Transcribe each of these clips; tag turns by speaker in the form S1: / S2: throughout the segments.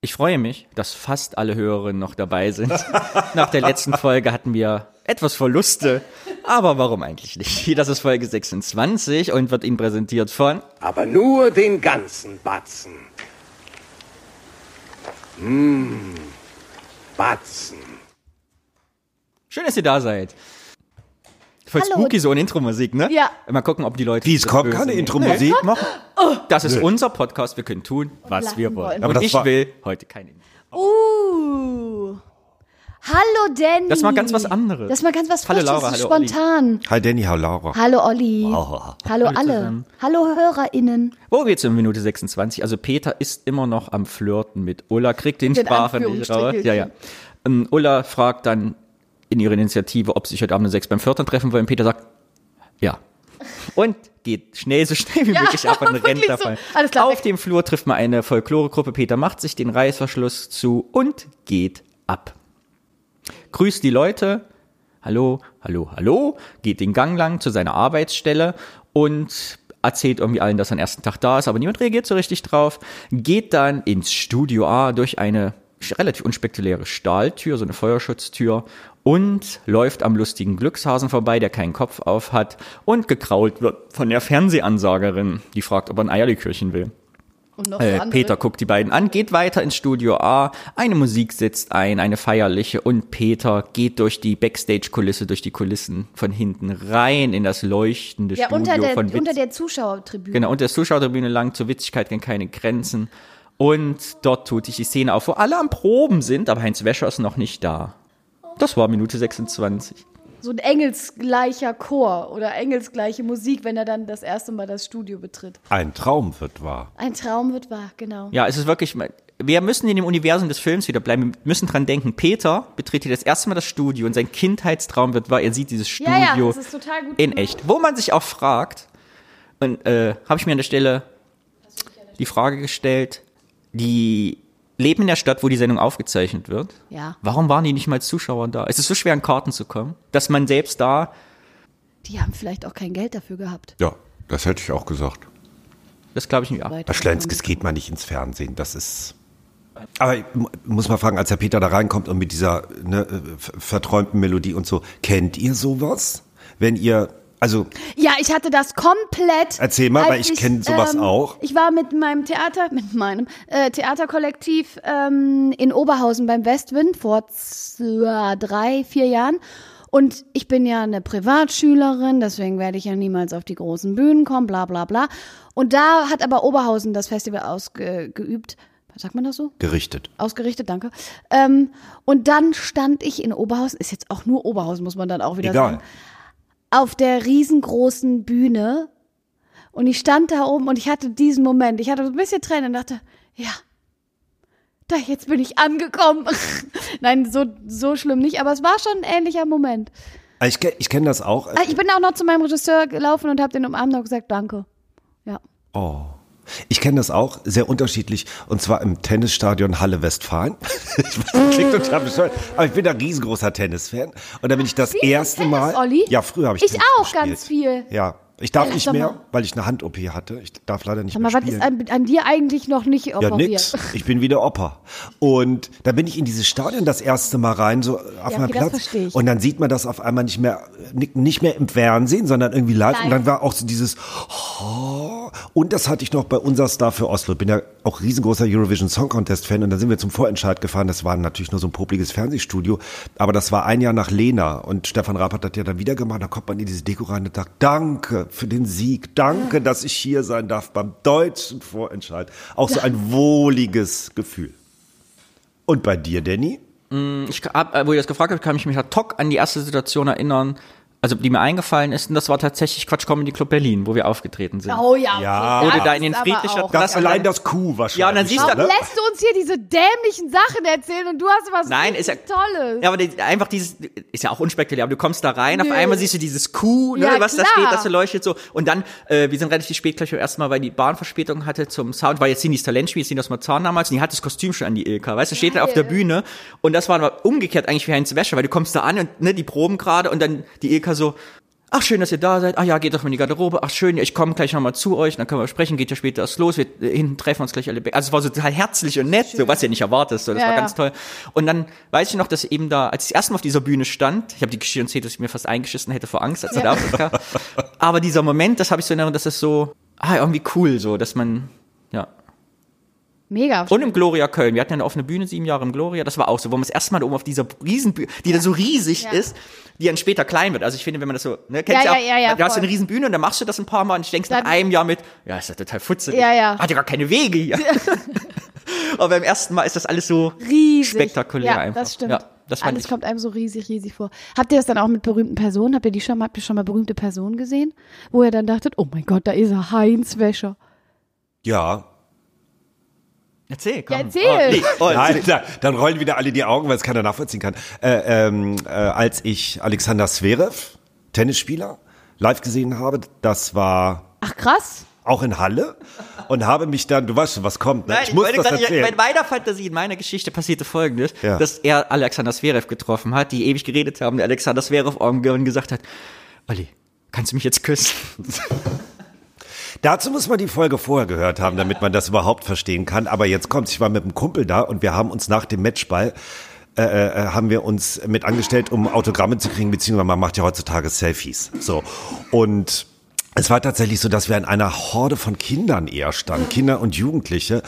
S1: Ich freue mich, dass fast alle Hörerinnen noch dabei sind. Nach der letzten Folge hatten wir etwas Verluste, aber warum eigentlich nicht? Das ist Folge 26 und wird Ihnen präsentiert von
S2: aber nur den ganzen Batzen. Hm, Batzen.
S1: Schön, dass ihr da seid. Voll
S3: Hallo.
S1: spooky, so eine Intro-Musik, ne?
S3: Ja.
S1: Mal gucken, ob die Leute.
S4: Wie, es
S1: das
S4: kommt
S1: böse
S4: keine
S1: nehmen.
S4: Intro-Musik noch?
S1: Das ist unser Podcast, wir können tun, was
S3: lachen
S1: wir wollen.
S3: wollen.
S4: Aber
S1: Und
S4: das
S1: ich
S4: war-
S1: will heute kein Intro.
S3: Uh. Hallo Danny.
S1: Das war ganz was anderes.
S3: Das war ganz was
S1: Hallo
S3: Frisches,
S1: Laura,
S3: so
S1: hallo
S3: spontan.
S4: Hi Danny, hi Laura.
S3: Hallo Olli.
S1: Oh,
S3: Hallo alle.
S1: zusammen.
S3: Hallo HörerInnen.
S1: Wo wir jetzt in Minute 26, also Peter ist immer noch am Flirten mit Ulla, kriegt den
S3: Mit
S1: Sprache nicht raus.
S3: Anführungsstrichelchen.
S1: Ja, ja. Ähm, Ulla fragt dann in ihrer Initiative, ob sie sich heute Abend um sechs beim Flirten treffen wollen. Peter sagt, ja. Und geht schnell, so schnell wie möglich ab und rennt
S3: wirklich so.
S1: davon.
S3: Alles klar,
S1: Auf
S3: weg.
S1: dem Flur trifft man eine Folkloregruppe. Peter macht sich den Reißverschluss zu und geht ab. Grüßt die Leute. Hallo, hallo, hallo. Geht den Gang lang zu seiner Arbeitsstelle und erzählt irgendwie allen, dass er am ersten Tag da ist, aber niemand reagiert so richtig drauf. Geht dann ins Studio A durch eine sch- relativ unspektakuläre Stahltür, so eine Feuerschutztür und läuft am lustigen Glückshasen vorbei, der keinen Kopf auf hat und gekrault wird von der Fernsehansagerin, die fragt, ob er ein Eierlikörchen will.
S3: Und noch
S1: Äh, Peter guckt die beiden an, geht weiter ins Studio A, eine Musik setzt ein, eine feierliche und Peter geht durch die Backstage-Kulisse, durch die Kulissen von hinten rein in das leuchtende
S3: Ja,
S1: Studio
S3: unter der,
S1: von Witz.
S3: unter der Zuschauertribüne.
S1: genau, unter der Zuschauertribüne lang, zur Witzigkeit gehen keine Grenzen. Und dort tut sich die Szene auf, wo alle am Proben sind, aber Heinz Wäscher ist noch nicht da. Das war Minute 26.
S3: So ein engelsgleicher Chor oder engelsgleiche Musik, wenn er dann das erste Mal das Studio betritt.
S4: Ein Traum wird wahr.
S3: Ein Traum wird wahr, genau.
S1: Ja, es ist wirklich. Wir müssen in dem Universum des Films wieder bleiben. Wir müssen dran denken. Peter betritt hier das erste Mal das Studio und sein Kindheitstraum wird wahr. Er sieht dieses Studio
S3: Ja, ja, das ist total gut
S1: in
S3: gemacht.
S1: echt. Wo man sich auch fragt, und äh, habe ich mir an der Stelle die Frage gestellt, die leben in der Stadt, wo die Sendung aufgezeichnet wird.
S3: Ja.
S1: Warum waren die nicht mal als Zuschauer da? Es ist so schwer, an Karten zu kommen, dass man selbst da,
S3: Die haben vielleicht auch kein Geld dafür gehabt.
S4: Ja, das hätte ich auch gesagt.
S1: das glaube ich nicht ab.
S4: Das Äh. Schlenskes geht mal nicht ins Fernsehen, das ist... Aber ich mu- muss mal fragen, als der Peter da reinkommt und mit dieser ne, äh, ver- verträumten Melodie und so, kennt ihr sowas? Wenn ihr, also
S3: Ja, ich hatte das komplett.
S4: Erzähl mal,
S3: als ähm,
S4: weil ich kenn sowas auch.
S3: Ich war mit meinem Theater, mit meinem äh, Theaterkollektiv ähm, in Oberhausen beim Westwind vor z- drei, vier Jahren. Und ich bin ja eine Privatschülerin, deswegen werde ich ja niemals auf die großen Bühnen kommen, bla bla bla. Und da hat aber Oberhausen das Festival ausgeübt. Sagt man das so?
S4: gerichtet.
S3: Ausgerichtet, danke. Ähm, und dann stand ich in Oberhausen, ist jetzt auch nur Oberhausen, muss man dann auch wieder sagen
S4: Egal.
S3: auf der riesengroßen Bühne und ich stand da oben und ich hatte diesen Moment. Ich hatte so ein bisschen Tränen und dachte, ja, da jetzt bin ich angekommen. Nein, so, so schlimm nicht, aber es war schon ein ähnlicher Moment.
S4: Ah, Ich, ke- ich kenne das auch.
S3: Ah, Ich bin auch noch zu meinem Regisseur gelaufen und habe den umarmt und gesagt, danke. Ja.
S4: Oh. Ich kenne das auch sehr unterschiedlich und zwar im Tennisstadion Halle Westfalen. Ich weiß, das Klingt total bescheuert, aber ich bin ein riesengroßer Tennisfan und da bin ich das
S3: Spielst du
S4: erste
S3: Tennis,
S4: Mal.
S3: Olli?
S4: Ja, früher habe ich
S3: Ich
S4: Tennis
S3: auch
S4: gespielt.
S3: ganz viel.
S4: Ja, ich darf
S3: Ja,
S4: nicht
S3: sag
S4: mehr,
S3: mal.
S4: weil ich eine Hand-OP hatte. Ich darf leider nicht
S3: Sag mal,
S4: mehr
S3: was ist
S4: spielen.
S3: an, an dir eigentlich noch nicht
S4: ja,
S3: operiert?
S4: nix. Ich bin wieder Opa. Und da bin ich in dieses Stadion das erste Mal rein, so auf
S3: Ja,
S4: meinem
S3: okay, das
S4: Platz.
S3: versteh ich.
S4: Und dann sieht man das auf einmal nicht mehr, nicht mehr im Fernsehen, sondern irgendwie live.
S3: Live.
S4: Und dann war auch so dieses, "Oh." und das hatte ich noch bei unser Star für Oslo. Bin ja auch riesengroßer Eurovision Song Contest Fan und dann sind wir zum Vorentscheid gefahren. Das war natürlich nur so ein popliges Fernsehstudio, aber das war ein Jahr nach Lena und Stefan Rappert hat ja dann wieder gemacht. Da kommt man in diese Deko rein und sagt Danke für den Sieg, danke, dass ich hier sein darf beim deutschen Vorentscheid. Auch so ein wohliges Gefühl. Und bei dir, Danny?
S1: ich hab, äh, wo ihr das gefragt habt, kann ich mich ad hoc an die erste Situation erinnern, also die mir eingefallen ist, und das war tatsächlich Quatsch Comedy Club Berlin, wo wir aufgetreten sind.
S3: Oh ja. okay,
S4: Ja.
S3: das
S1: Wurde da in
S3: ist
S1: den
S3: aber
S1: Friedrichstadt-
S3: auch-
S4: Das
S1: Ja,
S4: allein
S1: dann-
S4: das Kuh wahrscheinlich.
S1: Ja, und dann siehst du-
S4: ne?
S3: Warum lässt du uns hier diese dämlichen Sachen erzählen und du hast was
S1: Nein, ist ja.
S3: richtig Tolles?
S1: Ja, aber die, einfach dieses, ist ja auch unspektakulär, aber du kommst da rein, auf
S3: Nö.
S1: einmal siehst du dieses Kuh, ne,
S3: Ja,
S1: was da
S3: klar.
S1: steht, das so leuchtet so. Und dann, äh, wir sind relativ spät gleich beim ersten Mal, weil die Bahnverspätung hatte zum Sound, weil jetzt Sinis Talentspiel, jetzt Sini aus Marzahn damals, und die hat das Kostüm schon an die Ilka, weißt du, steht dann auf der Bühne und das war aber umgekehrt eigentlich wie Heinz Wäsche, weil du kommst da an und ne, die proben gerade und dann die Ilka so, Ach, schön, dass ihr da seid. Ah ja, geht doch mal in die Garderobe. Ach, schön, ich komme gleich nochmal zu euch. Dann können wir sprechen. Geht ja später erst los. Wir äh, hinten treffen uns gleich alle. be- Also es war so total herzlich und nett, so was ihr nicht erwartest. So, das
S3: Ja,
S1: war
S3: ja.
S1: ganz toll. Und dann weiß ich noch, dass eben da, als ich erstmal auf dieser Bühne stand, ich habe die Geschichte erzählt, dass ich mir fast eingeschissen hätte vor Angst als ja. Afrika. Aber dieser Moment, das habe ich so in Erinnerung, dass es so, ah, irgendwie cool, so, dass man, ja.
S3: Mega.
S1: Und im Gloria Köln. Wir hatten ja eine offene Bühne, sieben Jahre im Gloria. Das war auch so, wo man das erste Mal oben auf dieser Riesenbühne, die dann so riesig
S3: Ja.
S1: ist, die dann später klein wird. Also ich finde, wenn man das so, ne, kennst
S3: Ja,
S1: du
S3: ja, ja, ja,
S1: du hast
S3: voll.
S1: eine Riesenbühne und dann machst du das ein paar Mal und ich denkst nach
S3: Dann-
S1: einem Jahr mit, ja, ist ja total futzelig.
S3: Ja, ja.
S1: Hat ja gar keine Wege hier. Aber beim ersten Mal ist das alles so
S3: riesig.
S1: spektakulär
S3: ja,
S1: einfach.
S3: Das stimmt.
S1: Ja, das fand
S3: Alles
S1: ich.
S3: kommt einem so riesig, riesig vor. Habt ihr das dann auch mit berühmten Personen? Habt ihr die schon mal, habt ihr schon mal berühmte Personen gesehen? Wo ihr dann dachtet, oh mein Gott, da ist er, Heinz Wäscher.
S4: Ja.
S1: Erzähl, komm.
S3: Ja, erzähl.
S1: Oh, nee. oh,
S4: Nein, da, dann rollen wieder alle die Augen, weil es keiner nachvollziehen kann. Äh, ähm, äh, als ich Alexander Zverev, Tennisspieler, live gesehen habe, das war
S3: Ach krass.
S4: auch in Halle und habe mich dann, du weißt schon, was kommt, ne?
S1: Nein,
S4: ich muss
S1: wollte
S4: das
S1: grad-
S4: erzählen.
S1: In meiner Fantasie, in meiner Geschichte passierte Folgendes,
S4: Ja.
S1: dass er Alexander Zverev getroffen hat, die ewig geredet haben, der Alexander Zverev und gesagt hat, Olli, kannst du mich jetzt küssen?
S4: Dazu muss man die Folge vorher gehört haben, damit man das überhaupt verstehen kann. Aber jetzt kommt's. Ich war mit einem Kumpel da und wir haben uns nach dem Matchball äh, äh, haben wir uns mit angestellt, um Autogramme zu kriegen, beziehungsweise man macht ja heutzutage Selfies. So. Und es war tatsächlich so, dass wir in einer Horde von Kindern eher standen, Kinder und Jugendliche.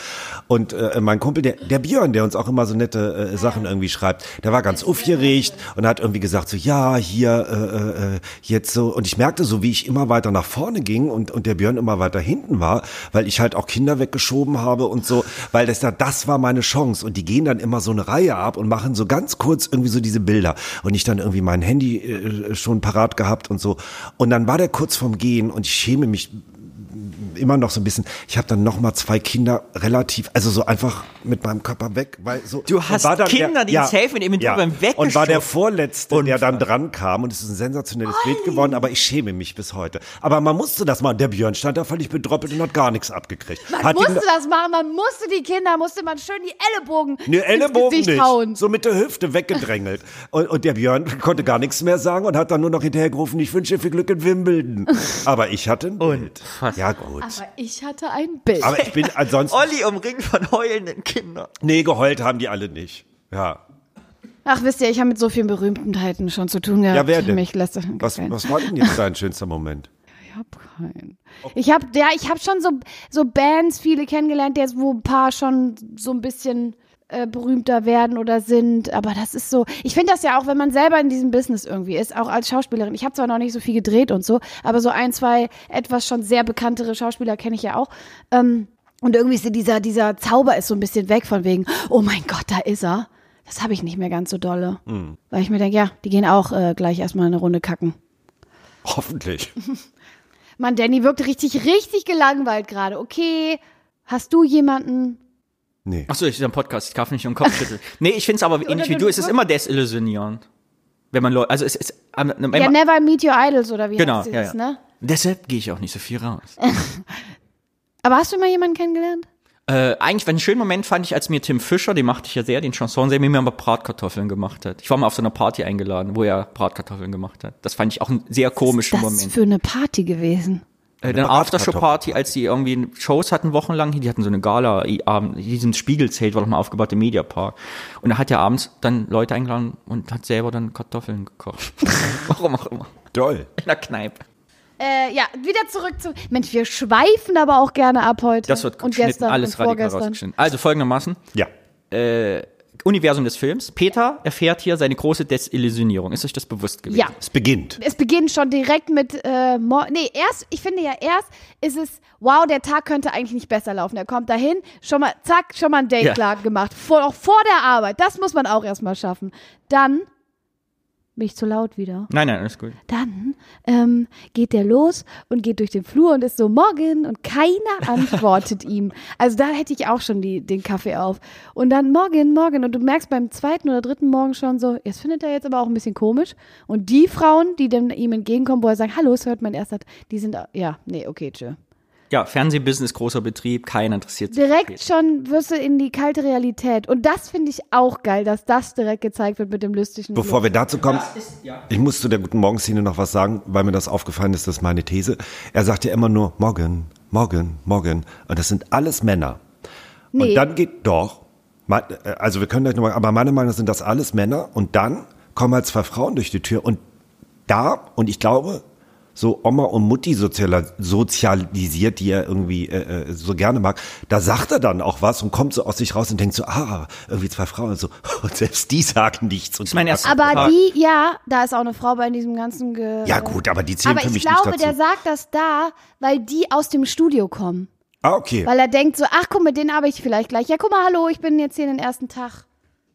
S4: Und äh, mein Kumpel, der, der Björn, der uns auch immer so nette äh, Sachen irgendwie schreibt, der war ganz aufgeregt und hat irgendwie gesagt so, ja, hier, äh, äh, jetzt so. Und ich merkte so, wie ich immer weiter nach vorne ging und, und der Björn immer weiter hinten war, weil ich halt auch Kinder weggeschoben habe und so, weil das da, das war meine Chance. Und die gehen dann immer so eine Reihe ab und machen so ganz kurz irgendwie so diese Bilder. Und ich dann irgendwie mein Handy äh, schon parat gehabt und so. Und dann war der kurz vorm Gehen und ich schäme mich immer noch so ein bisschen. Ich habe dann noch mal zwei Kinder relativ, also so einfach mit meinem Körper weg, weil so.
S1: Du
S4: und
S1: hast Kinder, die ins Helfen nehmen, die beim
S4: Und war
S1: Weggeschoben.
S4: der vorletzte, der dann dran kam und es ist ein sensationelles Bild geworden, aber ich schäme mich bis heute. Aber man musste das mal. Der Björn stand da völlig bedroppelt und hat gar nichts abgekriegt.
S3: Man
S4: hat
S3: musste das machen, man musste die Kinder, musste man schön die Ellenbogen
S4: Nee,
S3: ins
S4: Ellenbogen
S3: Gesicht
S4: nicht.
S3: hauen.
S4: So mit der Hüfte weggedrängelt. Und, und der Björn konnte gar nichts mehr sagen und hat dann nur noch hinterhergerufen, ich wünsche dir viel Glück in Wimbledon. Aber ich hatte ein Bild. Ja gut.
S3: Aber ich hatte ein Bild.
S4: Aber ich bin ansonsten...
S1: Olli umringt von heulenden Kindern.
S4: Nee, geheult haben die alle nicht. Ja.
S3: Ach, wisst ihr, ich habe mit so vielen Berühmtheiten schon zu tun gehabt.
S4: Ja, wer denn?
S3: Mich lässt das
S4: Was,
S3: keinen.
S4: was war denn jetzt dein schönster Moment?
S3: Ich hab keinen. Ich hab, ja, ich hab schon so, so Bands viele kennengelernt, jetzt wo ein paar schon so ein bisschen äh, berühmter werden oder sind. Aber das ist so. Ich finde das ja auch, wenn man selber in diesem Business irgendwie ist, auch als Schauspielerin. Ich habe zwar noch nicht so viel gedreht und so, aber so ein, zwei etwas schon sehr bekanntere Schauspieler kenne ich ja auch. Ähm, und irgendwie ist dieser, dieser Zauber ist so ein bisschen weg von wegen, oh mein Gott, da ist er. Das habe ich nicht mehr ganz so dolle. Weil ich mir denke, ja, die gehen auch äh, gleich erstmal eine Runde kacken.
S4: Hoffentlich.
S3: Mann, Danny wirkt richtig, richtig gelangweilt gerade. Okay, hast du jemanden?
S4: Nee.
S1: Achso, ich ist ein Podcast, ich darf nicht um den Kopf schütteln. Nee, ich finde es aber ähnlich wie
S3: du-
S1: du, es ist immer desillusionierend. Wenn man Leute, also es ist, am- am-
S3: Ja,
S1: am-
S3: never meet your idols oder wie
S1: genau,
S3: heißt
S1: ja,
S3: dieses,
S1: ja.
S3: ne?
S1: Deshalb gehe ich auch nicht so viel raus.
S3: Aber hast du mal jemanden kennengelernt?
S1: Äh, eigentlich, einen schönen Moment fand ich, als mir Tim Fischer, den machte ich ja sehr, den Chanson, sehr mir mal Bratkartoffeln gemacht hat. Ich war mal auf so einer Party eingeladen, wo er Bratkartoffeln gemacht hat. Das fand ich auch einen sehr komischen
S3: das ist
S1: Moment.
S3: für eine Party gewesen.
S1: Äh, dann Aftershow-Party, als die irgendwie Shows hatten, wochenlang, die hatten so eine Gala, i- abend, diesen Spiegelzelt war doch mal aufgebaut im Mediapark. Und da hat er abends dann Leute eingeladen und hat selber dann Kartoffeln gekocht. Warum auch immer.
S4: Doll.
S1: In der Kneipe.
S3: Äh, ja, wieder zurück zu. Mensch, wir schweifen aber auch gerne ab heute.
S1: Das wird
S3: und
S1: geschnitten,
S3: gestern
S1: alles
S3: und
S1: radikal
S3: vorgestern.
S1: rausgeschnitten. Also folgendermaßen.
S4: Ja.
S1: Universum des Films. Peter erfährt hier seine große Desillusionierung. Ist euch das bewusst gewesen?
S3: Ja.
S4: Es beginnt.
S3: Es beginnt schon direkt mit äh, Mor nee, erst, ich finde ja erst ist es wow, der Tag könnte eigentlich nicht besser laufen. Er kommt dahin, schon mal zack, schon mal ein Date
S1: Ja.
S3: klar gemacht, vor, auch vor der Arbeit. Das muss man auch erstmal schaffen. Dann bin ich zu laut wieder.
S1: Nein, nein, alles gut.
S3: Dann ähm, geht der los und geht durch den Flur und ist so morgen und keiner antwortet ihm. Also da hätte ich auch schon die, den Kaffee auf. Und dann morgen, morgen. Und du merkst beim zweiten oder dritten Morgen schon so, das findet er jetzt aber auch ein bisschen komisch. Und die Frauen, die dann ihm entgegenkommen, wo er sagt, hallo, es hört mein erster, die sind, ja, nee, okay, tschö.
S1: ja, Fernsehbusiness, großer Betrieb, keiner interessiert sich.
S3: Direkt schon wirst du in die kalte Realität. Und das finde ich auch geil, dass das direkt gezeigt wird mit dem lustigen
S4: Bevor wir dazu kommen,
S1: ist- ja.
S4: ich muss zu der guten Morgenszene noch was sagen, weil mir das aufgefallen ist, das ist meine These. Er sagt ja immer nur morgen, morgen, morgen. Und das sind alles Männer.
S3: Nee.
S4: Und dann geht doch, mein- äh, also wir können gleich nochmal, aber meiner Meinung nach sind das alles Männer. Und dann kommen halt zwei Frauen durch die Tür. Und da, und ich glaube, so Oma und Mutti soziala- sozialisiert, die er irgendwie äh, äh, so gerne mag, da sagt er dann auch was und kommt so aus sich raus und denkt so, ah, irgendwie zwei Frauen und so, und selbst die sagen nichts. Und
S1: ist mein erster
S3: Aber
S1: Tag.
S3: die, ja, da ist auch eine Frau bei diesem ganzen Ge
S4: ja gut, aber die zählen
S3: Aber
S4: für
S3: ich
S4: mich
S3: glaube,
S4: nicht dazu.
S3: der sagt das da, weil die aus dem Studio kommen.
S4: ah, okay.
S3: Weil er denkt so, ach guck, mit denen arbeite ich vielleicht gleich. Ja, guck mal, hallo, ich bin jetzt hier den ersten Tag.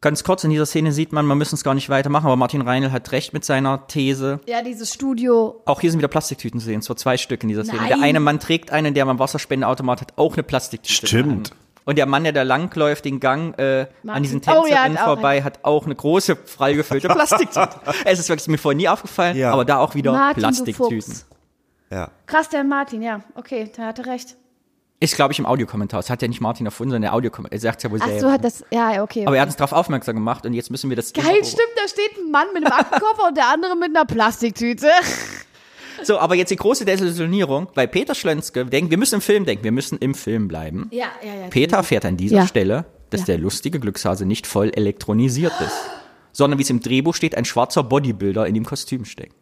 S1: Ganz kurz in dieser Szene sieht man, man müssen es gar nicht weitermachen, aber Martin Reinl hat recht mit seiner These.
S3: Ja, dieses Studio.
S1: Auch hier sind wieder Plastiktüten zu sehen, zwar zwei Stück in dieser Szene.
S3: Nein.
S1: Der eine Mann trägt einen, der beim Wasserspendeautomat hat auch eine Plastiktüte. in der
S4: Stimmt.
S1: Hand. Und der Mann, der da langläuft, den Gang äh, an
S3: Martin-
S1: diesen
S3: Oh, ja,
S1: Tänzerinnen
S3: hat auch
S1: vorbei, hat auch eine große, freigefüllte Plastiktüte. es ist wirklich mir vorher nie aufgefallen,
S4: Ja.
S1: aber da auch wieder
S3: Martin, du
S1: Plastiktüten.
S3: Fuchs.
S4: ja.
S3: Krass, der Martin, ja. Okay, der hatte recht.
S1: Ist, glaube ich, im Audiokommentar. Das hat ja nicht Martin erfunden, sondern der Audiokommentar. Er sagt ja wohl
S3: Ach
S1: selber.
S3: so, hat das, ja, ja, okay.
S1: aber er hat uns darauf aufmerksam gemacht und jetzt müssen wir das.
S4: genau.
S3: Geil, stimmt, da steht ein Mann mit einem Aktenkoffer und der andere mit einer Plastiktüte.
S1: So, aber jetzt die große Desillusionierung, weil Peter Schlönske denkt, wir müssen im Film denken, wir müssen im Film bleiben.
S3: Ja, ja, ja.
S1: Peter fährt an dieser
S3: Mhm. Ja.
S1: Stelle, dass
S3: Ja.
S1: der lustige Glückshase nicht voll elektronisiert ist, sondern wie es im Drehbuch steht, ein schwarzer Bodybuilder in dem Kostüm steckt.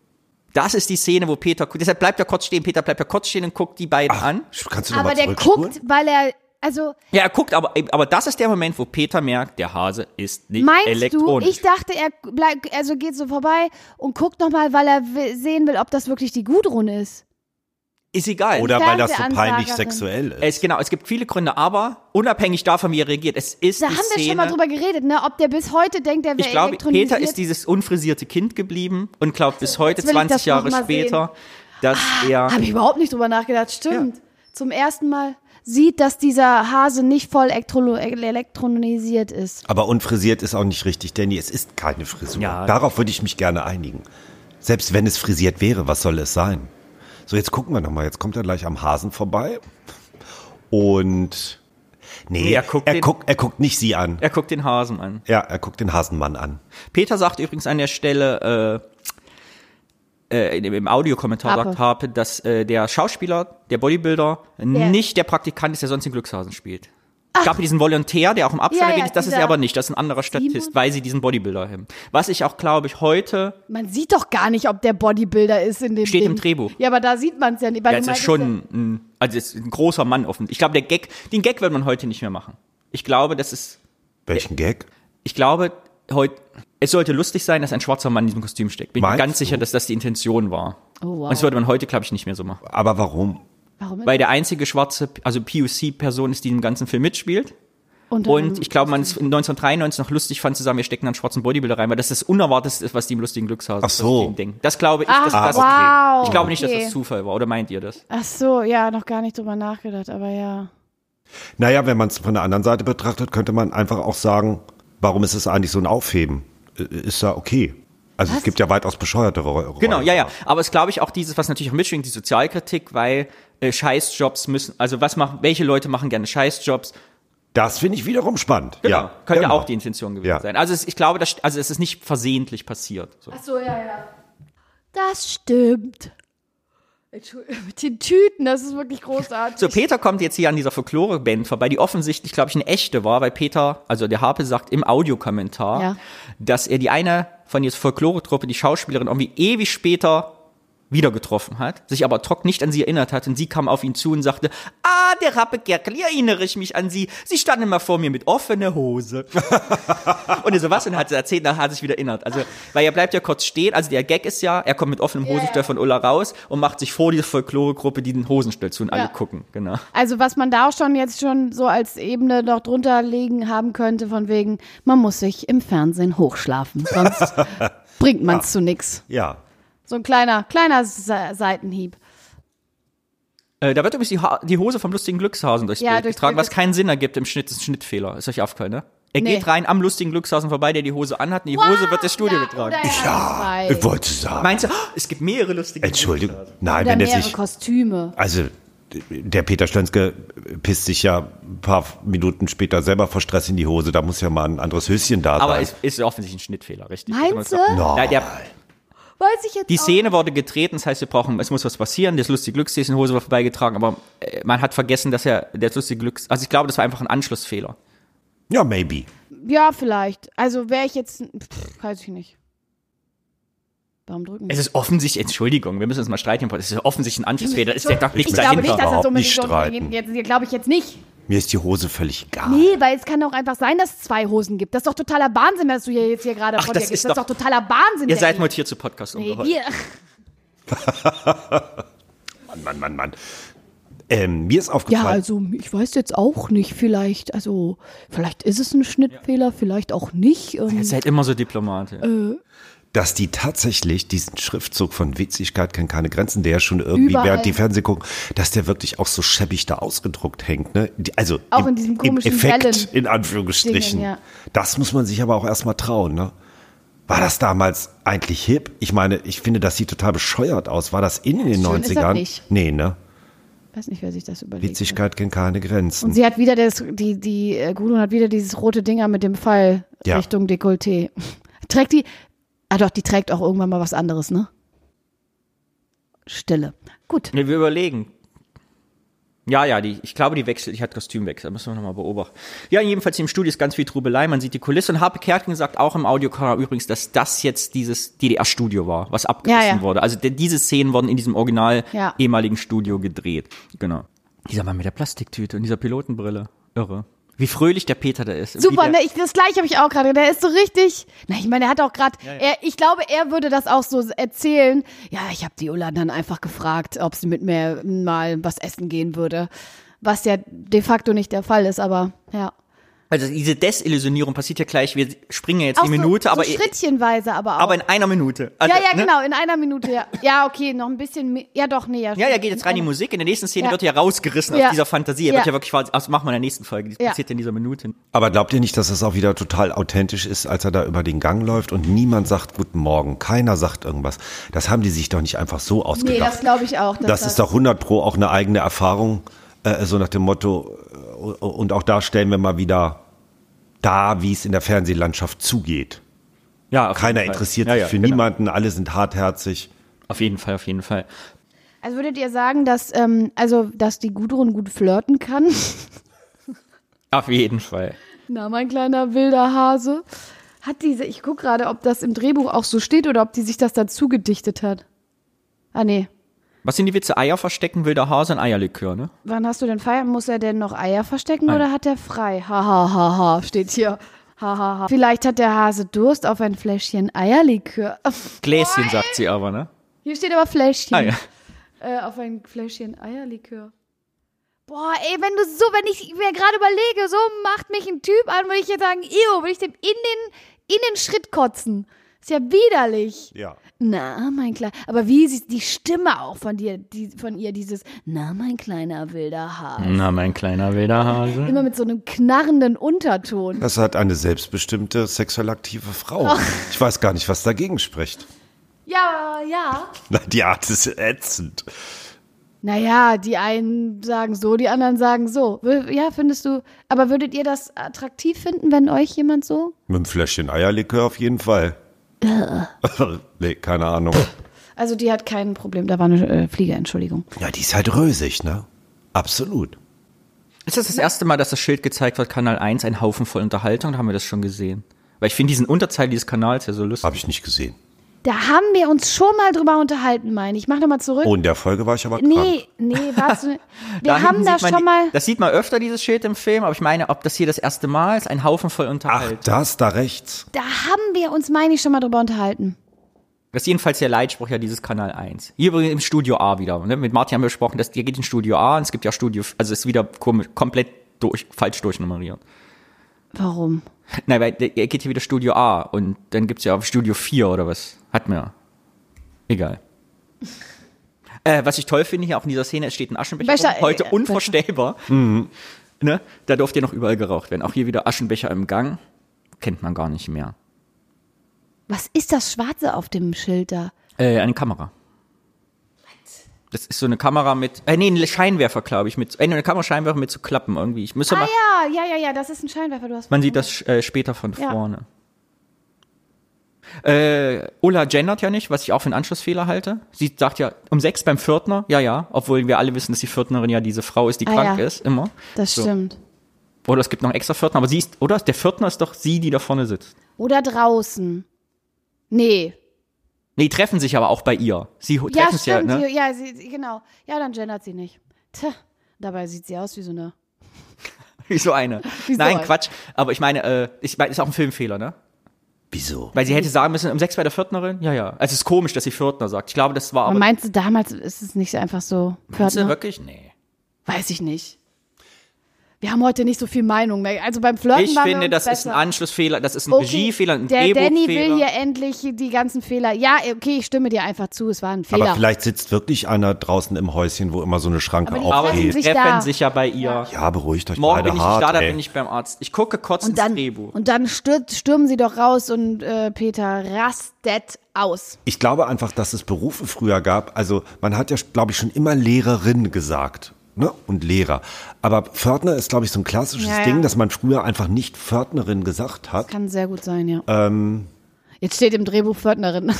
S1: Das ist die Szene, wo Peter, gu- deshalb bleibt er kurz stehen, Peter bleibt ja kurz stehen und guckt die beiden an.
S4: Kannst du noch
S3: Aber
S4: mal
S3: der
S4: zurückspulen?
S3: guckt, weil er, also,
S1: Ja, er guckt, aber, aber das ist der Moment, wo Peter merkt, der Hase ist nicht
S3: meinst du,
S1: elektronisch.
S3: ich dachte, er bleib, also geht so vorbei und guckt nochmal, weil er will, sehen will, ob das wirklich die Gudrun ist.
S1: ist egal.
S4: Oder weil das so
S3: Fernsehansagerin.
S4: peinlich sexuell ist.
S1: es, genau, es gibt viele Gründe, aber unabhängig davon, wie er reagiert, es ist
S3: Da
S1: die
S3: haben wir
S1: Szene,
S3: schon mal drüber geredet, ne? Ob der bis heute denkt, der wäre
S1: Ich glaube,
S3: elektronisiert.
S1: Peter ist dieses unfrisierte Kind geblieben und glaubt bis heute,
S3: jetzt will ich
S1: 20
S3: das noch
S1: Jahre
S3: mal Ah,
S1: später, dass er.
S3: Habe ich überhaupt nicht drüber nachgedacht, stimmt. Zum ersten Mal sieht, dass dieser Hase nicht voll elektro elektronisiert ist.
S4: Aber unfrisiert ist auch nicht richtig, Danny. Es ist keine Frisur.
S1: Ja.
S4: Darauf würde ich mich gerne einigen. Selbst wenn es frisiert wäre, was soll es sein? So, jetzt gucken wir nochmal. Jetzt kommt er gleich am Hasen vorbei. Und. Nee,
S1: Nee, er
S4: er
S1: guckt
S4: guckt, er
S1: den-
S4: guckt, nicht sie an.
S1: Er guckt den Hasen an.
S4: Ja, er guckt den Hasenmann an.
S1: Peter sagt übrigens an der Stelle, äh, äh, in dem- im Audiokommentar
S3: Harpe.
S1: sagt Harpe, dass äh, der Schauspieler, der Bodybuilder, nicht der Praktikant ist, der sonst den Glückshasen spielt. Es gab diesen Volontär, der auch im Abstand
S3: Ja, ja,
S1: erwähnt ist, das ist er
S3: dieser-
S1: aber nicht, das ist ein anderer Statist,
S3: Simon?
S1: weil sie diesen Bodybuilder haben. Was ich auch, glaube ich, heute
S3: Man sieht doch gar nicht, ob der Bodybuilder ist in dem
S1: Steht
S3: Ding.
S1: im Drehbuch.
S3: Ja, aber da sieht man es ja nicht. weil
S1: Ja,
S3: du
S1: es ist
S3: meintest ja-
S1: schon ein, also es ist ein großer Mann offen. Ich glaube, der Gag, den Gag wird man heute nicht mehr machen. Ich glaube, das ist,
S4: Welchen Gag?
S1: ich glaube, heute, es sollte lustig sein, dass ein schwarzer Mann in diesem Kostüm steckt. Bin mir
S4: Meinst
S1: ganz
S4: du?
S1: sicher, dass das die Intention war.
S3: Oh, wow.
S1: Und das würde man heute, glaube ich, nicht mehr so machen.
S4: Aber warum?
S3: Warum
S1: Weil der einzige schwarze, also POC-Person ist, die im ganzen Film mitspielt.
S3: und,
S1: Und ich glaube, man ist in 1993 noch lustig fand zu sagen, wir stecken einen schwarzen Bodybuilder rein, weil das das Unerwartetste ist, was die im lustigen Glückshasen
S4: Ach so.
S1: was die ihm denken. Das glaube ich, dass
S3: Ach,
S1: das,
S3: wow.
S1: ich glaube nicht, dass
S3: okay.
S1: das Zufall war. Oder meint ihr das?
S3: Ach so, ja, noch gar nicht drüber nachgedacht, aber ja.
S4: Naja, wenn man es von der anderen Seite betrachtet, könnte man einfach auch sagen, warum ist es eigentlich so ein Aufheben? Äh, Ist ja okay. Also es gibt ja weitaus bescheuertere Ro-
S1: Genau,
S4: Rollen.
S1: ja, ja. Aber es ist, glaube ich auch dieses, was natürlich auch mitschwingt, die Sozialkritik, weil äh, Scheißjobs müssen, also was machen, welche Leute machen gerne Scheißjobs?
S4: Das finde ich wiederum spannend.
S1: Genau,
S4: ja,
S1: könnte
S4: genau.
S1: auch die Intention gewesen
S4: Ja.
S1: sein. Also es, ich glaube, das, also es ist nicht versehentlich passiert. So.
S3: Ach so, ja, ja. Das stimmt. Entschuldigung, mit den Tüten, das ist wirklich großartig.
S1: so, Peter kommt jetzt hier an dieser Folklore-Band vorbei, die offensichtlich, glaube ich, eine echte war, weil Peter, also der Harpe sagt im Audiokommentar,
S3: Ja.
S1: dass er die eine von dieser Folklore-Truppe, die Schauspielerin, irgendwie ewig später wieder getroffen hat, sich aber Trock nicht an sie erinnert hat und sie kam auf ihn zu und sagte, ah, der Rappe Gerkel, erinnere ich mich an sie, sie stand immer vor mir mit offener Hose. und er so was und hat sie erzählt, nachher hat er sich wieder erinnert. Also, weil er bleibt ja kurz stehen, also der Gag ist ja, er kommt mit offenem Hosenstall von Ulla raus und macht sich vor diese Folklore-Gruppe diesen Hosenstall zu und alle
S3: Ja.
S1: gucken, genau.
S3: Also was man da auch schon jetzt schon so als Ebene noch drunter legen haben könnte, von wegen, man muss sich im Fernsehen hochschlafen, sonst bringt man es zu nix.
S4: Ja.
S3: So ein kleiner, kleiner Se Seitenhieb.
S1: Äh, da wird übrigens die, ha die Hose vom lustigen Glückshasen durchs
S3: Ja,
S1: Bild
S3: durchs
S1: getragen,
S3: Bild
S1: was keinen Sinn ergibt im Schnitt, das ist ein Schnittfehler, ist euch aufgefallen, ne? Er
S3: Nee.
S1: geht rein am lustigen Glückshasen vorbei, der die Hose anhat, und die Hose wird ins Studio
S3: ja,
S1: getragen.
S3: Oder ja,
S4: Ich wollte sagen.
S1: Meinst du, oh, es gibt mehrere lustige
S4: Entschuldigung. Nein,
S3: oder
S4: wenn er
S3: mehrere
S4: sich.
S3: Kostüme.
S4: Also, der Peter Stönske pisst sich ja ein paar Minuten später selber vor Stress in die Hose. Da muss ja mal ein anderes Höschen da
S1: Aber
S4: sein.
S1: es ist offensichtlich ein Schnittfehler, richtig?
S3: Meinst du?
S1: Nein, der,
S3: Weiß ich jetzt
S1: die
S3: auch
S1: Szene wurde getreten, das heißt, wir brauchen, es muss was passieren. Das lustige Glücks ist in Hose war vorbeigetragen, aber äh, man hat vergessen, dass er der lustige Glücks, also ich glaube, das war einfach ein Anschlussfehler.
S4: ja, maybe.
S3: Ja, vielleicht. Also wäre ich jetzt. Pff, weiß ich nicht. Warum drücken?
S1: Es ist offensichtlich, Entschuldigung, wir müssen uns mal streiten, es ist offensichtlich ein Anschlussfehler, es steckt doch
S3: ich
S1: nichts
S3: glaube nicht,
S1: dahinter.
S3: dass das
S4: Überhaupt
S3: unbedingt
S4: nicht
S3: so
S4: streiten.
S3: Jetzt glaube ich jetzt nicht.
S4: Mir ist die Hose völlig egal.
S1: Ah.
S3: Nee, weil es kann auch einfach sein, dass es zwei Hosen gibt. Das ist doch totaler Wahnsinn, dass du hier jetzt hier gerade
S1: Ach,
S3: vor dir
S1: das ist
S3: gehst. Das ist doch
S1: doch-
S3: totaler Wahnsinn.
S1: Ihr seid
S3: Daddy.
S1: mutiert zu Podcast
S3: Nee,
S1: ungeheuer.
S3: wir,
S4: Mann, Mann, Mann, Mann. Ähm, mir ist
S3: ja,
S4: aufgefallen,
S3: also ich weiß jetzt auch nicht. Vielleicht, also vielleicht ist es ein Schnittfehler, vielleicht auch nicht.
S1: Ihr
S3: Ähm,
S1: seid immer so Diplomate.
S3: Äh.
S4: dass die tatsächlich diesen Schriftzug von Witzigkeit kennt keine Grenzen, der ja schon irgendwie
S3: Überall.
S4: während die Fernsehgucken, dass der wirklich auch so schäbig da ausgedruckt hängt. Ne? Die, also
S3: Auch
S4: im,
S3: in diesem komischen
S4: im Effekt,
S3: Wellen-
S4: in Anführungsstrichen.
S3: Dingen, ja.
S4: Das muss man sich aber auch erstmal trauen. Ne? War das damals eigentlich hip? Ich meine, ich finde, das sieht total bescheuert aus. War das in den
S3: Schön ist das
S4: 90ern?
S3: nicht.
S4: Nee, ne?
S3: weiß nicht, wer sich das überlegt. ne? hat.
S4: Witzigkeit kennt keine Grenzen.
S3: Und sie hat wieder das, die, die, äh, Gudrun hat wieder dieses rote Dinger mit dem Fall
S4: Ja.
S3: Richtung Dekolleté. Trägt die, ah doch, die trägt auch irgendwann mal was anderes, ne? Stille. Gut.
S1: Ne, wir überlegen. Ja, ja, die, ich glaube, die wechselt. Ich hatte Kostümwechsel. Müssen wir nochmal beobachten. Ja, jedenfalls im Studio ist ganz viel Trubelei. Man sieht die Kulisse. Und Harpe Kerken sagt auch im Audiokanal übrigens, dass das jetzt dieses DDR-Studio war, was abgerissen
S3: Ja, ja.
S1: wurde. Also de- diese Szenen wurden in diesem original
S3: Ja.
S1: ehemaligen Studio gedreht. Genau. Dieser Mann mit der Plastiktüte und dieser Pilotenbrille. Irre. Wie fröhlich der Peter da ist.
S3: Super,
S1: Wie
S3: ne?
S1: der,
S3: Ich, das gleiche habe ich auch gerade. Der ist so richtig. Na, ich meine, er hat auch gerade. er- Ich glaube, er würde das auch so erzählen. Ja, ich habe die Ulla dann einfach gefragt, ob sie mit mir mal was essen gehen würde. Was ja de facto nicht der Fall ist, aber ja.
S1: Also diese Desillusionierung passiert ja gleich. Wir springen ja jetzt
S3: Auch
S1: die Minute,
S3: so,
S1: aber,
S3: so schrittchenweise, aber auch.
S1: aber in einer Minute. Also,
S3: ja, ja,
S1: ne?
S3: genau, in einer Minute, ja. Ja, okay, noch ein bisschen mehr. Ja, doch, nee, ja.
S1: Ja,
S3: stimmt.
S1: ja, geht jetzt rein in die Musik. In der nächsten Szene
S3: Ja.
S1: wird er ja rausgerissen
S3: Ja.
S1: aus dieser Fantasie. Er
S3: Ja.
S1: wird ja wirklich quasi, also machen wir in der nächsten Folge. Das
S3: Ja.
S1: passiert in dieser Minute.
S4: Aber glaubt ihr nicht, dass es auch wieder total authentisch ist, als er da über den Gang läuft und niemand sagt Guten Morgen, keiner sagt irgendwas? Das haben die sich doch nicht einfach so ausgedacht.
S3: Nee, das glaube ich auch. dass
S4: das ist doch 100 Pro auch eine eigene Erfahrung, äh, so nach dem Motto. äh, Und auch da stellen wir mal wieder da, wie es in der Fernsehlandschaft zugeht.
S1: Ja, auf
S4: Keiner
S1: jeden Fall.
S4: interessiert
S1: ja,
S4: sich
S1: ja,
S4: für
S1: genau.
S4: niemanden, alle sind hartherzig.
S1: Auf jeden Fall, auf jeden Fall.
S3: Also würdet ihr sagen, dass, ähm, also, dass die Gudrun gut flirten kann?
S1: Auf jeden Fall.
S3: Na, mein kleiner wilder Hase. Hat diese, ich gucke gerade, ob das im Drehbuch auch so steht oder ob die sich das dazu gedichtet hat. Ah, nee.
S1: Was sind die Witze? Eier verstecken, wilder Hase und Eierlikör, ne?
S3: Wann hast du denn Feier? Muss er denn noch Eier verstecken oder hat er frei? Ha, ha, ha, ha, steht hier. Ha, ha, ha. Vielleicht hat der Hase Durst auf ein Fläschchen Eierlikör.
S1: Gläschen, sagt sie aber, ne?
S3: Hier steht aber Fläschchen.
S1: Ah, ja.
S3: äh, auf ein Fläschchen Eierlikör. Boah, ey, wenn du so, wenn ich mir gerade überlege, so macht mich ein Typ an, würde ich jetzt sagen, ew, würde ich dem in den, in den Schritt kotzen. Ist ja widerlich.
S4: Ja.
S3: Na, mein kleiner. Aber wie sieht die Stimme auch von dir, die, von ihr, dieses, na, mein kleiner wilder Haar.
S1: Na, mein kleiner wilder Hase.
S3: Immer mit so einem knarrenden Unterton.
S4: Das hat eine selbstbestimmte, sexuell aktive Frau.
S3: Oh.
S4: Ich weiß gar nicht, was dagegen spricht.
S3: Ja, ja.
S4: Na, Die Art ist ätzend.
S3: Naja, die einen sagen so, die anderen sagen so. Wür- Ja, findest du, aber würdet ihr das attraktiv finden, wenn euch jemand so
S4: Mit einem Fläschchen Eierlikör auf jeden Fall.
S1: Äh.
S4: nee, keine Ahnung.
S3: Also die hat kein Problem, da war eine äh, Fliege, Entschuldigung.
S4: Ja, die ist halt rösig, ne? Absolut.
S1: Ist das das erste Mal, dass das Schild gezeigt wird, Kanal 1, ein Haufen voll Unterhaltung? Haben wir das schon gesehen? Weil ich finde diesen Unterteil dieses Kanals ja so lustig.
S4: Habe ich nicht gesehen.
S3: Da haben wir uns schon mal drüber unterhalten, meine ich. Mach nochmal zurück.
S4: Oh, in der Folge war ich aber krank.
S3: nee, nee, warte. Wir
S1: Da
S3: haben
S1: hinten
S3: da
S1: sieht man
S3: schon
S1: die,
S3: mal.
S1: Das sieht man öfter, dieses Schild im Film, aber ich meine, ob das hier das erste Mal ist, ein Haufen voll
S4: Ach,
S1: Unterhaltung.
S4: das da rechts.
S3: Da haben wir uns, meine ich, schon mal drüber unterhalten.
S1: Das ist jedenfalls der Leitspruch ja dieses Kanal 1. Hier übrigens im Studio A wieder. Ne? Mit Martin haben wir besprochen, dass ihr geht in Studio A und es gibt ja Studio, also es ist wieder komisch, komplett durch, falsch durchnummeriert.
S3: Warum?
S1: Nein, weil der- ihr geht hier wieder Studio A und dann gibt's ja auf Studio 4 oder was. Hat mir. Egal. Äh, was ich toll finde hier auch in dieser Szene, es steht ein Aschenbecher
S3: Becher,
S1: rum, heute
S3: äh, Mhm. äh,
S1: unvorstellbar. Ne? Da durfte ja noch überall geraucht werden. Auch hier wieder Aschenbecher im Gang. Kennt man gar nicht mehr.
S3: Was ist das Schwarze auf dem Schild da?
S1: Äh, eine Kamera. Das ist so eine Kamera mit, äh, nee, ein Scheinwerfer, glaube ich, mit, äh, eine Kamerascheinwerfer mit so Klappen irgendwie. Ich müsste
S3: Ah
S1: mal,
S3: ja, ja, ja, ja, das ist ein Scheinwerfer. Du hast
S1: man sieht das äh, später von
S3: Ja.
S1: vorne. Äh, Ulla gendert ja nicht, was ich auch für einen Anschlussfehler halte. Sie sagt ja um sechs beim Viertner, ja, ja, obwohl wir alle wissen, dass die Viertnerin ja diese Frau ist, die
S3: Ah,
S1: krank
S3: ja.
S1: ist, immer.
S3: Das
S1: So.
S3: stimmt.
S1: Oder es gibt noch einen extra Viertner, aber sie ist, oder? Der Viertner ist doch sie, die da vorne sitzt.
S3: Oder draußen. Nee.
S1: Nee, treffen sich aber auch bei ihr. Sie ho-
S3: Ja,
S1: treffen
S3: stimmt.
S1: sich ja, ne?
S3: sie- Ja, sie, sie- genau. Ja, dann gendert sie nicht. Tja, dabei sieht sie aus wie so eine.
S1: Wie so eine.
S3: Wie so
S1: Nein,
S3: eine.
S1: Quatsch. Aber ich meine, äh, ich meine, ist auch ein Filmfehler, ne?
S4: Wieso?
S1: Weil sie hätte sagen müssen, um sechs bei der Viertnerin? Ja, ja. Also es ist komisch, dass sie Viertner sagt. Ich glaube, das war
S3: Aber
S1: aber.
S3: meinst du, damals ist es nicht einfach so?
S1: Meinst du
S3: Flirten?
S1: wirklich? Nee.
S3: Weiß ich nicht. Wir haben heute nicht so viel Meinung mehr. Also beim Flirten
S1: ich
S3: waren wir
S1: finde, das
S3: uns besser.
S1: ist ein Anschlussfehler, das ist ein
S3: Okay,
S1: Regiefehler, ein
S3: Der Danny will
S1: Drehbuchfehler.
S3: hier endlich die ganzen Fehler. Ja, okay, ich stimme dir einfach zu. Es war ein Fehler.
S4: Aber vielleicht sitzt wirklich einer draußen im Häuschen, wo immer so eine Schranke
S3: Aber die
S1: Aber sie
S3: treffen
S4: aufgeht.
S3: sich
S1: treffen
S3: da.
S1: sich ja bei ihr.
S4: Ja, beruhigt euch
S1: Morgen
S4: beide
S1: bin ich
S4: hart.
S1: nicht da, da
S4: ey.
S1: bin ich beim Arzt. Ich gucke kurz
S3: und
S1: ins
S3: dann,
S1: Drehbuch.
S3: und dann stürzt, stürmen sie doch raus und äh, Peter rastet aus.
S4: Ich glaube einfach, dass es Berufe früher gab. Also man hat ja, glaube ich, schon immer Lehrerin gesagt. Ne? Und Lehrer. Aber Pförtner ist, glaube ich, so ein klassisches
S3: Ja, ja.
S4: Ding, dass man früher einfach nicht Pförtnerin gesagt hat.
S3: Kann sehr gut sein, ja. Jetzt steht im Drehbuch Pförtnerin.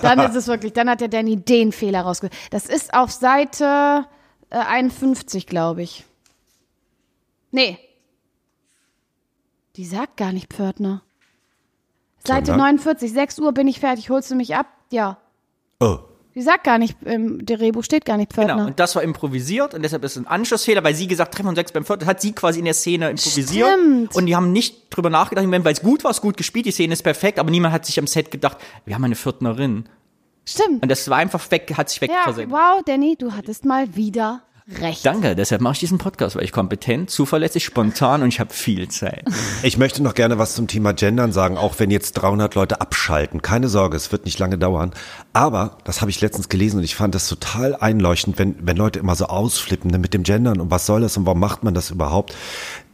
S3: dann ist es wirklich, dann hat der Danny den Fehler rausge. Das ist auf Seite äh, 51, glaube ich. Nee. Die sagt gar nicht Pförtner. Seite
S4: Sondern?
S3: 49, 6 Uhr bin ich fertig, holst du mich ab? Ja.
S4: Oh.
S3: Die sagt gar nicht, im Drehbuch steht gar nicht Pförtner.
S1: Genau, und das war improvisiert und deshalb ist es ein Anschlussfehler, weil sie gesagt, treffen wir um sechs beim Viertel, hat sie quasi in der Szene improvisiert
S3: Stimmt.
S1: und die haben nicht drüber nachgedacht, weil es gut war, es gut gespielt, die Szene ist perfekt, aber niemand hat sich am Set gedacht, wir haben eine Viertnerin.
S3: Stimmt.
S1: Und das war einfach weg, hat sich
S3: Ja,
S1: wegversenkt.
S3: wow, Danny, du hattest mal wieder recht.
S1: Danke, deshalb mache ich diesen Podcast, weil ich kompetent, zuverlässig, spontan und ich habe viel Zeit.
S4: Ich möchte noch gerne was zum Thema Gendern sagen, auch wenn jetzt 300 Leute abschalten. Keine Sorge, es wird nicht lange dauern. Aber das habe ich letztens gelesen und ich fand das total einleuchtend, wenn, wenn Leute immer so ausflippen ne, mit dem Gendern und was soll das und warum macht man das überhaupt?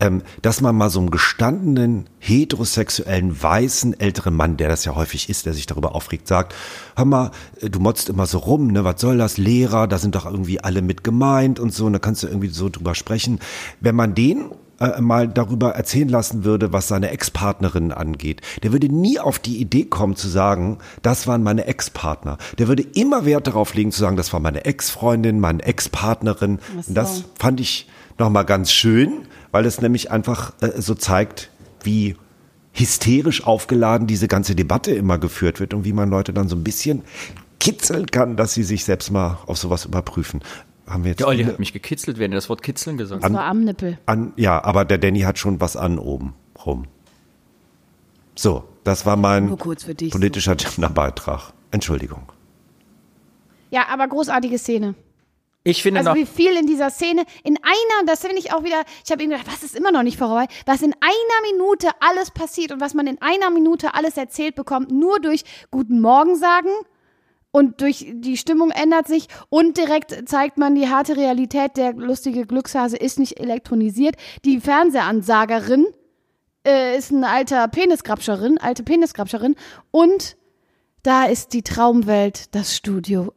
S4: Ähm, dass man mal so einem gestandenen, heterosexuellen, weißen, älteren Mann, der das ja häufig ist, der sich darüber aufregt, sagt, hör mal, äh, du motzt immer so rum, ne, was soll das, Lehrer, da sind doch irgendwie alle mit gemeint und so, und da kannst du irgendwie so drüber sprechen. Wenn man den äh, mal darüber erzählen lassen würde, was seine Ex-Partnerin angeht. Der würde nie auf die Idee kommen zu sagen, das waren meine Ex-Partner. Der würde immer Wert darauf legen zu sagen, das war meine Ex-Freundin, meine Ex-Partnerin.
S3: Ach so.
S4: Und das fand ich nochmal ganz schön, weil es nämlich einfach äh, so zeigt, wie hysterisch aufgeladen diese ganze Debatte immer geführt wird und wie man Leute dann so ein bisschen kitzeln kann, dass sie sich selbst mal auf sowas überprüfen. Haben wir jetzt
S1: Der Olli
S4: viele-
S1: hat mich gekitzelt, während er das Wort kitzeln gesagt
S3: Das
S1: hat.
S3: war am Nippel.
S4: an, ja, aber der Danny hat schon was an oben rum. So, das war mein
S3: Nur kurz für dich,
S4: politischer Genderbeitrag. Entschuldigung.
S3: Ja, aber großartige Szene.
S1: Ich finde
S3: Also
S1: noch,
S3: wie viel in dieser Szene, in einer, das finde ich auch wieder, ich habe eben gedacht, was ist immer noch nicht vorbei, was in einer Minute alles passiert und was man in einer Minute alles erzählt bekommt, nur durch Guten Morgen sagen und durch die Stimmung ändert sich und direkt zeigt man die harte Realität, der lustige Glückshase ist nicht elektronisiert, die Fernsehansagerin äh, ist ein alter Penisgrabscherin, alte Penisgrabscherin und da ist die Traumwelt, das Studio.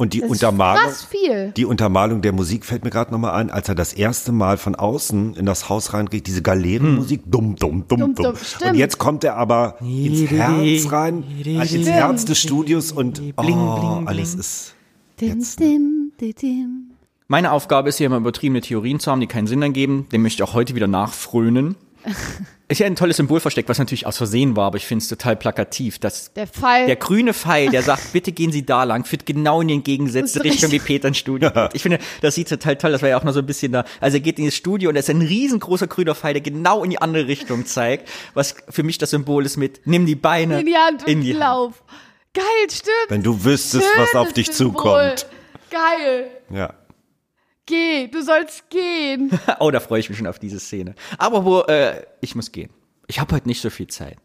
S4: Und die
S3: Das ist
S4: Untermalung,
S3: krass viel.
S4: die Untermalung der Musik fällt mir gerade nochmal ein, als er das erste Mal von außen in das Haus reingeht, diese Galerenmusik, dumm, dumm, dumm,
S3: Dumm,
S4: dumm.
S3: dumm, stimmt.
S4: und jetzt kommt er aber ins Herz rein, also ins Herz des Studios und oh, alles ist
S3: Dim, dim, dim, dim.
S1: meine Aufgabe ist hier immer übertriebene Theorien zu haben, die keinen Sinn ergeben. Dem möchte ich auch heute wieder nachfrönen. Ist ja ein tolles Symbol versteckt, was natürlich aus Versehen war, aber ich finde es total plakativ, dass
S3: Der Fall.
S1: Der grüne Pfeil, der sagt, bitte gehen Sie da lang, führt genau in die entgegesetzte
S3: Das ist
S1: Richtung wie
S3: richtig.
S1: Peter ins Studio. geht. Ich finde, das sieht total toll. Das war ja auch noch so ein bisschen da. Also er geht in das Studio und da ist ein riesengroßer grüner Pfeil, der genau in die andere Richtung zeigt, was für mich das Symbol ist mit, nimm die Beine
S3: in die Hand und
S1: in die Hand.
S3: lauf. Geil, stimmt.
S4: Wenn du wüsstest, was auf dich
S3: Schönes Symbol.
S4: zukommt.
S3: Geil.
S4: Ja.
S3: Geh, du sollst gehen.
S1: Oh, da freue ich mich schon auf diese Szene. Aber wo, äh, ich muss gehen. Ich habe heute nicht so viel Zeit.